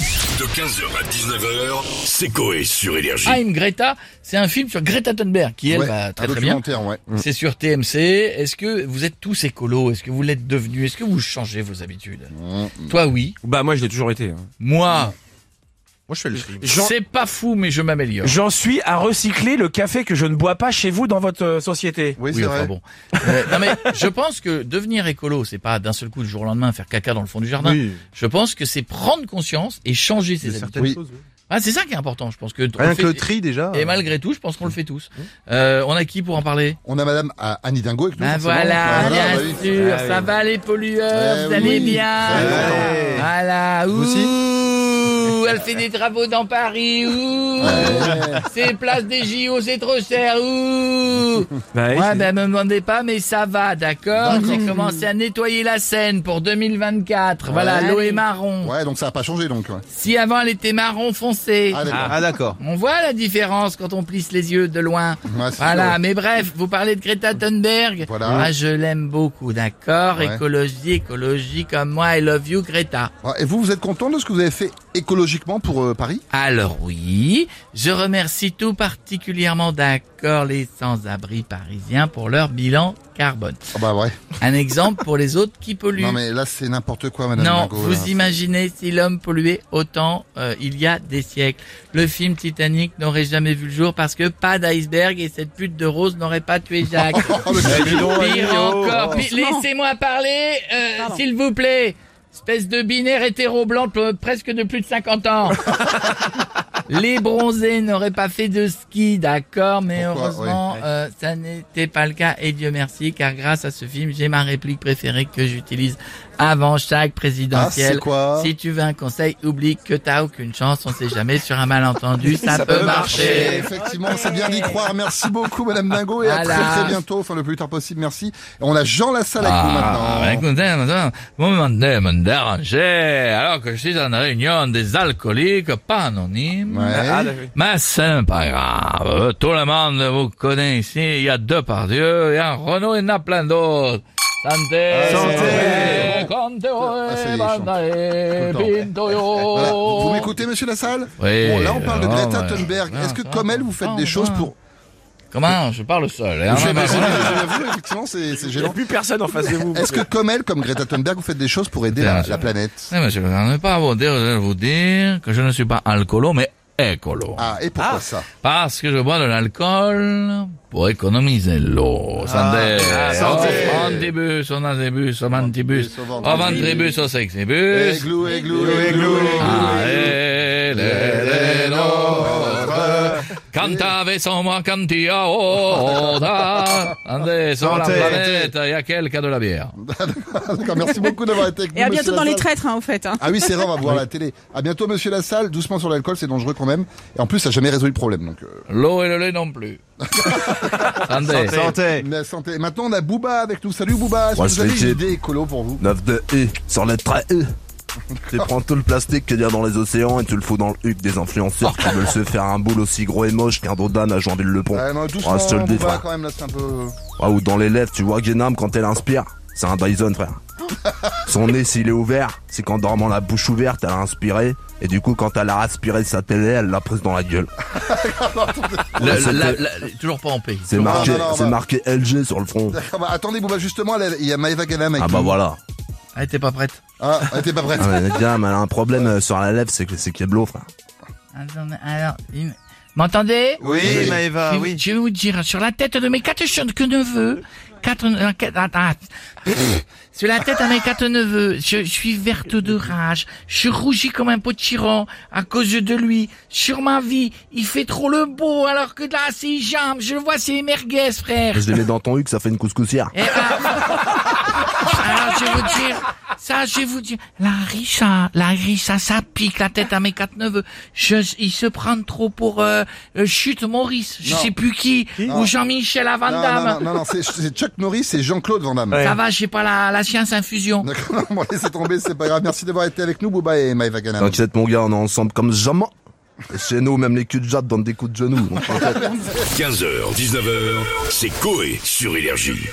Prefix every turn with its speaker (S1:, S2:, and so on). S1: De 15h à 19h, c'est Coé sur Énergie.
S2: I'm Ah, Greta, c'est un film sur Greta Thunberg qui elle
S3: Ouais,
S2: va très
S3: un
S2: très bien.
S3: documentaire, ouais. Mm.
S2: C'est sur TMC. Est-ce que vous êtes tous écolos Est-ce que vous l'êtes devenus Est-ce que vous changez vos habitudes
S4: Mm.
S2: Toi oui,
S5: Bah moi je l'ai toujours été. hein.
S2: moi
S4: Moi, je fais le tri.
S5: J'en-
S2: c'est pas fou mais je m'améliore.
S5: J'en suis à recycler le café que je ne bois pas chez vous dans votre euh, société.
S3: Oui,
S2: Oui,
S3: c'est
S2: enfin
S3: vrai.
S2: bon. Euh, non mais je pense que devenir écolo, c'est pas d'un seul coup du jour au lendemain faire caca dans le fond du jardin.
S4: Oui.
S2: Je pense que c'est prendre conscience et changer ses
S4: De
S2: habitudes.
S4: certaines
S3: Oui.
S4: choses. oui.
S2: Ah, c'est ça qui est important, je pense que on
S4: Rien
S2: fait-
S4: que le tri, Mm. déjà.
S2: Et malgré tout, je pense qu'on le fait tous. Euh, on a qui pour en parler
S3: On a madame ah, Annie Dingo avec nous.
S2: Ah
S3: forcément.
S2: voilà,
S3: Ah,
S2: bien
S3: bah oui.
S2: sûr,
S5: Ah
S2: ça
S5: oui.
S2: va les pollueurs,
S3: Eh
S2: vous allez
S3: oui.
S2: bien.
S3: Ça va,
S4: Ouais.
S2: Voilà, ouh,
S4: Vous aussi
S2: elle fait des travaux dans Paris, ouh, c'est place des JO, c'est trop cher, ouh.
S3: Ah
S5: Bah, oui,
S2: Ouais,
S5: c'est-
S2: ben me demandez pas, mais ça va, d'accord
S3: D'accord.
S2: J'ai commencé à nettoyer la Seine pour 2024, voilà,
S3: Ouais.
S2: l'eau est marron.
S3: Ouais, donc ça a pas changé donc. ouais.
S2: Si avant elle était marron foncé.
S3: Ah, d'accord.
S4: Ah, d'accord.
S2: On voit la différence quand on plisse les yeux de loin.
S3: Ouais, c'est
S2: Voilà,
S3: sûr.
S2: mais bref, vous parlez de Greta Thunberg.
S3: Voilà.
S2: Ah, je l'aime beaucoup, d'accord
S3: Ouais.
S2: Écologie, écologie comme moi, I love you Greta.
S3: Ah, Et vous, vous êtes content de ce que vous avez fait écologiquement pour euh, Paris
S2: Alors oui, je remercie tout particulièrement d'accord les sans-abri parisiens pour leur bilan carbone.
S3: Ah bah ouais.
S2: Un exemple pour les autres qui polluent.
S3: Non mais là c'est n'importe quoi, madame
S2: Non,
S3: Dingo.
S2: vous
S3: là.
S2: imaginez si l'homme polluait autant euh, il y a des siècles. Le film Titanic n'aurait jamais vu le jour parce que pas d'iceberg et cette pute de rose n'aurait pas tué Jacques.
S3: Oh, le
S5: Eh, dis donc,
S2: Pire
S5: Annie, oh.
S2: encore, pi- laissez-moi parler, euh, s'il vous plaît. Espèce de binaire hétéro blanc euh, presque de plus de 50 ans. Les bronzés n'auraient pas fait de ski, d'accord, mais
S3: Pourquoi
S2: heureusement,
S4: Ouais.
S2: euh, ça n'était pas le cas, et Dieu merci, car grâce à ce film, j'ai ma réplique préférée que j'utilise avant chaque
S3: Ah, c'est
S2: présidentielle.
S3: quoi
S2: si tu veux un conseil, oublie que t'as aucune chance, on sait jamais sur un malentendu, ça, peut, marcher.
S3: Eh, Effectivement, c'est bien d'y croire. Merci beaucoup, Madame Dingo, et à
S2: Voilà.
S3: très très bientôt, enfin le plus tard possible. Merci. Et on a Jean Lassalle avec nous maintenant.
S2: Ah, écoutez, madame, vous me demandez de me déranger alors que je suis en réunion des alcooliques pas anonymes.
S3: Ouais.
S5: Ah, d'accord.
S2: Mais c'est pas grave. ah, euh, Tout le monde vous connaît ici. Il y a deux par Dieu. Il y a un Renault, il y en a plein d'autres. Santé.
S3: Santé.
S2: Conte,
S3: Ah, ça y est, il chante.
S2: Bandae,
S3: Tout le temps.
S2: Pintoyo.
S3: Voilà. Vous m'écoutez, Monsieur Lassalle
S2: Oui.
S3: Bon, là on parle de
S2: Ah,
S3: Greta
S2: ouais.
S3: Thunberg. Est-ce que
S2: Ah,
S3: comme elle, vous faites
S2: ah,
S3: des choses
S2: ah.
S3: pour
S2: Comment Je parle seul. hein.
S3: J'avoue, j'avoue, effectivement, c'est c'est
S5: Il n'y a
S3: gênant.
S5: plus personne en face de vous.
S3: Est-ce que comme elle, comme Greta Thunberg, vous faites des choses pour aider la, la planète
S2: Oui, Eh, monsieur, je ne vais pas vous dire, je vais vous dire que je ne suis pas alcoolo, mais écolo.
S3: Ah, et pourquoi ça
S2: Parce que je bois de l'alcool pour économiser l'eau.
S4: Ah,
S2: Santé.
S3: santé.
S2: Oh, Antibus, on a des bus, on a des bus.
S3: On a des bus, on
S2: On
S3: a
S2: a
S3: des
S2: des bus, on sait que c'est
S6: Euh,
S2: bus.
S3: Églou, églou, églou,
S4: Ah, eh,
S2: Allez, les, les
S3: Ah.
S2: nôtres.
S4: eh,
S2: Cantave somos oh, cantiaoda. Santé, sur la
S4: Santé.
S2: planète, il y a quelqu'un de la bière.
S3: D'accord, merci beaucoup d'avoir été avec nous.
S6: Et à
S3: monsieur
S6: bientôt dans les
S3: Lassalle.
S6: traîtres, hein, au fait. hein.
S3: Ah oui, c'est vrai, on va voir la télé. À bientôt, monsieur Lassalle. Doucement sur l'alcool, c'est dangereux quand même. Et en plus, ça n'a jamais résolu le problème. Donc, euh,
S2: L'eau et le lait non plus. Santé.
S4: Santé.
S3: la santé. Maintenant, on a Booba avec nous. Salut Booba. Est-ce que
S7: Eh. Ouais,
S3: vous avez
S7: c'est-
S3: une idée écolo pour vous
S7: 9 de E, sur le trait E. Tu prends tout le plastique qu'il y a dans les océans et tu le fous dans le huc des influenceurs qui veulent se faire un boule aussi gros et moche qu'un dodan à Joinville-le-Pont.
S3: Ah non, doucement,
S7: Ah, je te le dis,
S3: Booba,
S7: frère.
S3: quand même, là, c'est un peu...
S7: Ah, ou dans les lèvres, tu vois Guénam quand elle inspire, c'est un Dyson, frère. Son nez, s'il est ouvert, c'est qu'en dormant la bouche ouverte, elle a inspiré. Et du coup, quand elle a aspiré sa télé, elle l'a prise dans la gueule.
S2: Le- la- la- toujours pas en paix.
S7: C'est
S3: Non,
S7: marqué,
S3: non, non,
S7: c'est
S3: bah.
S7: marqué LG sur le front.
S3: D'accord, bah, attendez, Booba, justement, là, il y a Maëva Galam avec
S7: Ah bah
S3: nous.
S7: voilà.
S2: Ah, t'es pas prête.
S3: Ah, elle était pas prête.
S7: Ah, mais la gamme, elle a un problème euh, sur la lèvre, c'est que- c'est qu'il y a de l'eau, frère.
S2: Attendez, alors, une- m'entendez
S3: Oui.
S4: Oui, Maëva,
S2: je,
S4: oui.
S2: je vais vous dire, sur la tête de mes quatre jeunes que neveux, quatre, euh, quatre- ah, ah, pff, sur la tête de mes quatre neveux, je, je suis verte de rage, je rougis comme un pot de chiron à cause de lui. Sur ma vie, il fait trop le beau alors que là, ses jambes, je le vois, c'est merguez, frère.
S7: Je les mets dans ton huc, ça fait une couscoussière.
S2: Eh ben, alors je vais vous dire, ça je vais vous dire, la richa, la richa, ça pique la tête à mes quatre neveux. Je, il se prend trop pour euh, euh, chute Maurice, je
S3: Non.
S2: sais plus qui, ou Jean-Michel à Van
S3: Non,
S2: Damme.
S3: non, non, non, non, c'est c'est Chuck Norris et Jean-Claude Van Damme.
S2: Ça va, j'ai pas la, la science infusion.
S3: D'accord, non, bon, laissez tomber, c'est pas grave. Merci d'avoir été avec nous, Booba et Maëva Galam.
S7: T'inquiète mon gars, on est ensemble comme jamais. Et Chez nous, même les culs de jatte donnent des coups de genoux. Donc, t'inquiète.
S1: 15h, 19h, c'est Coé sur Énergie.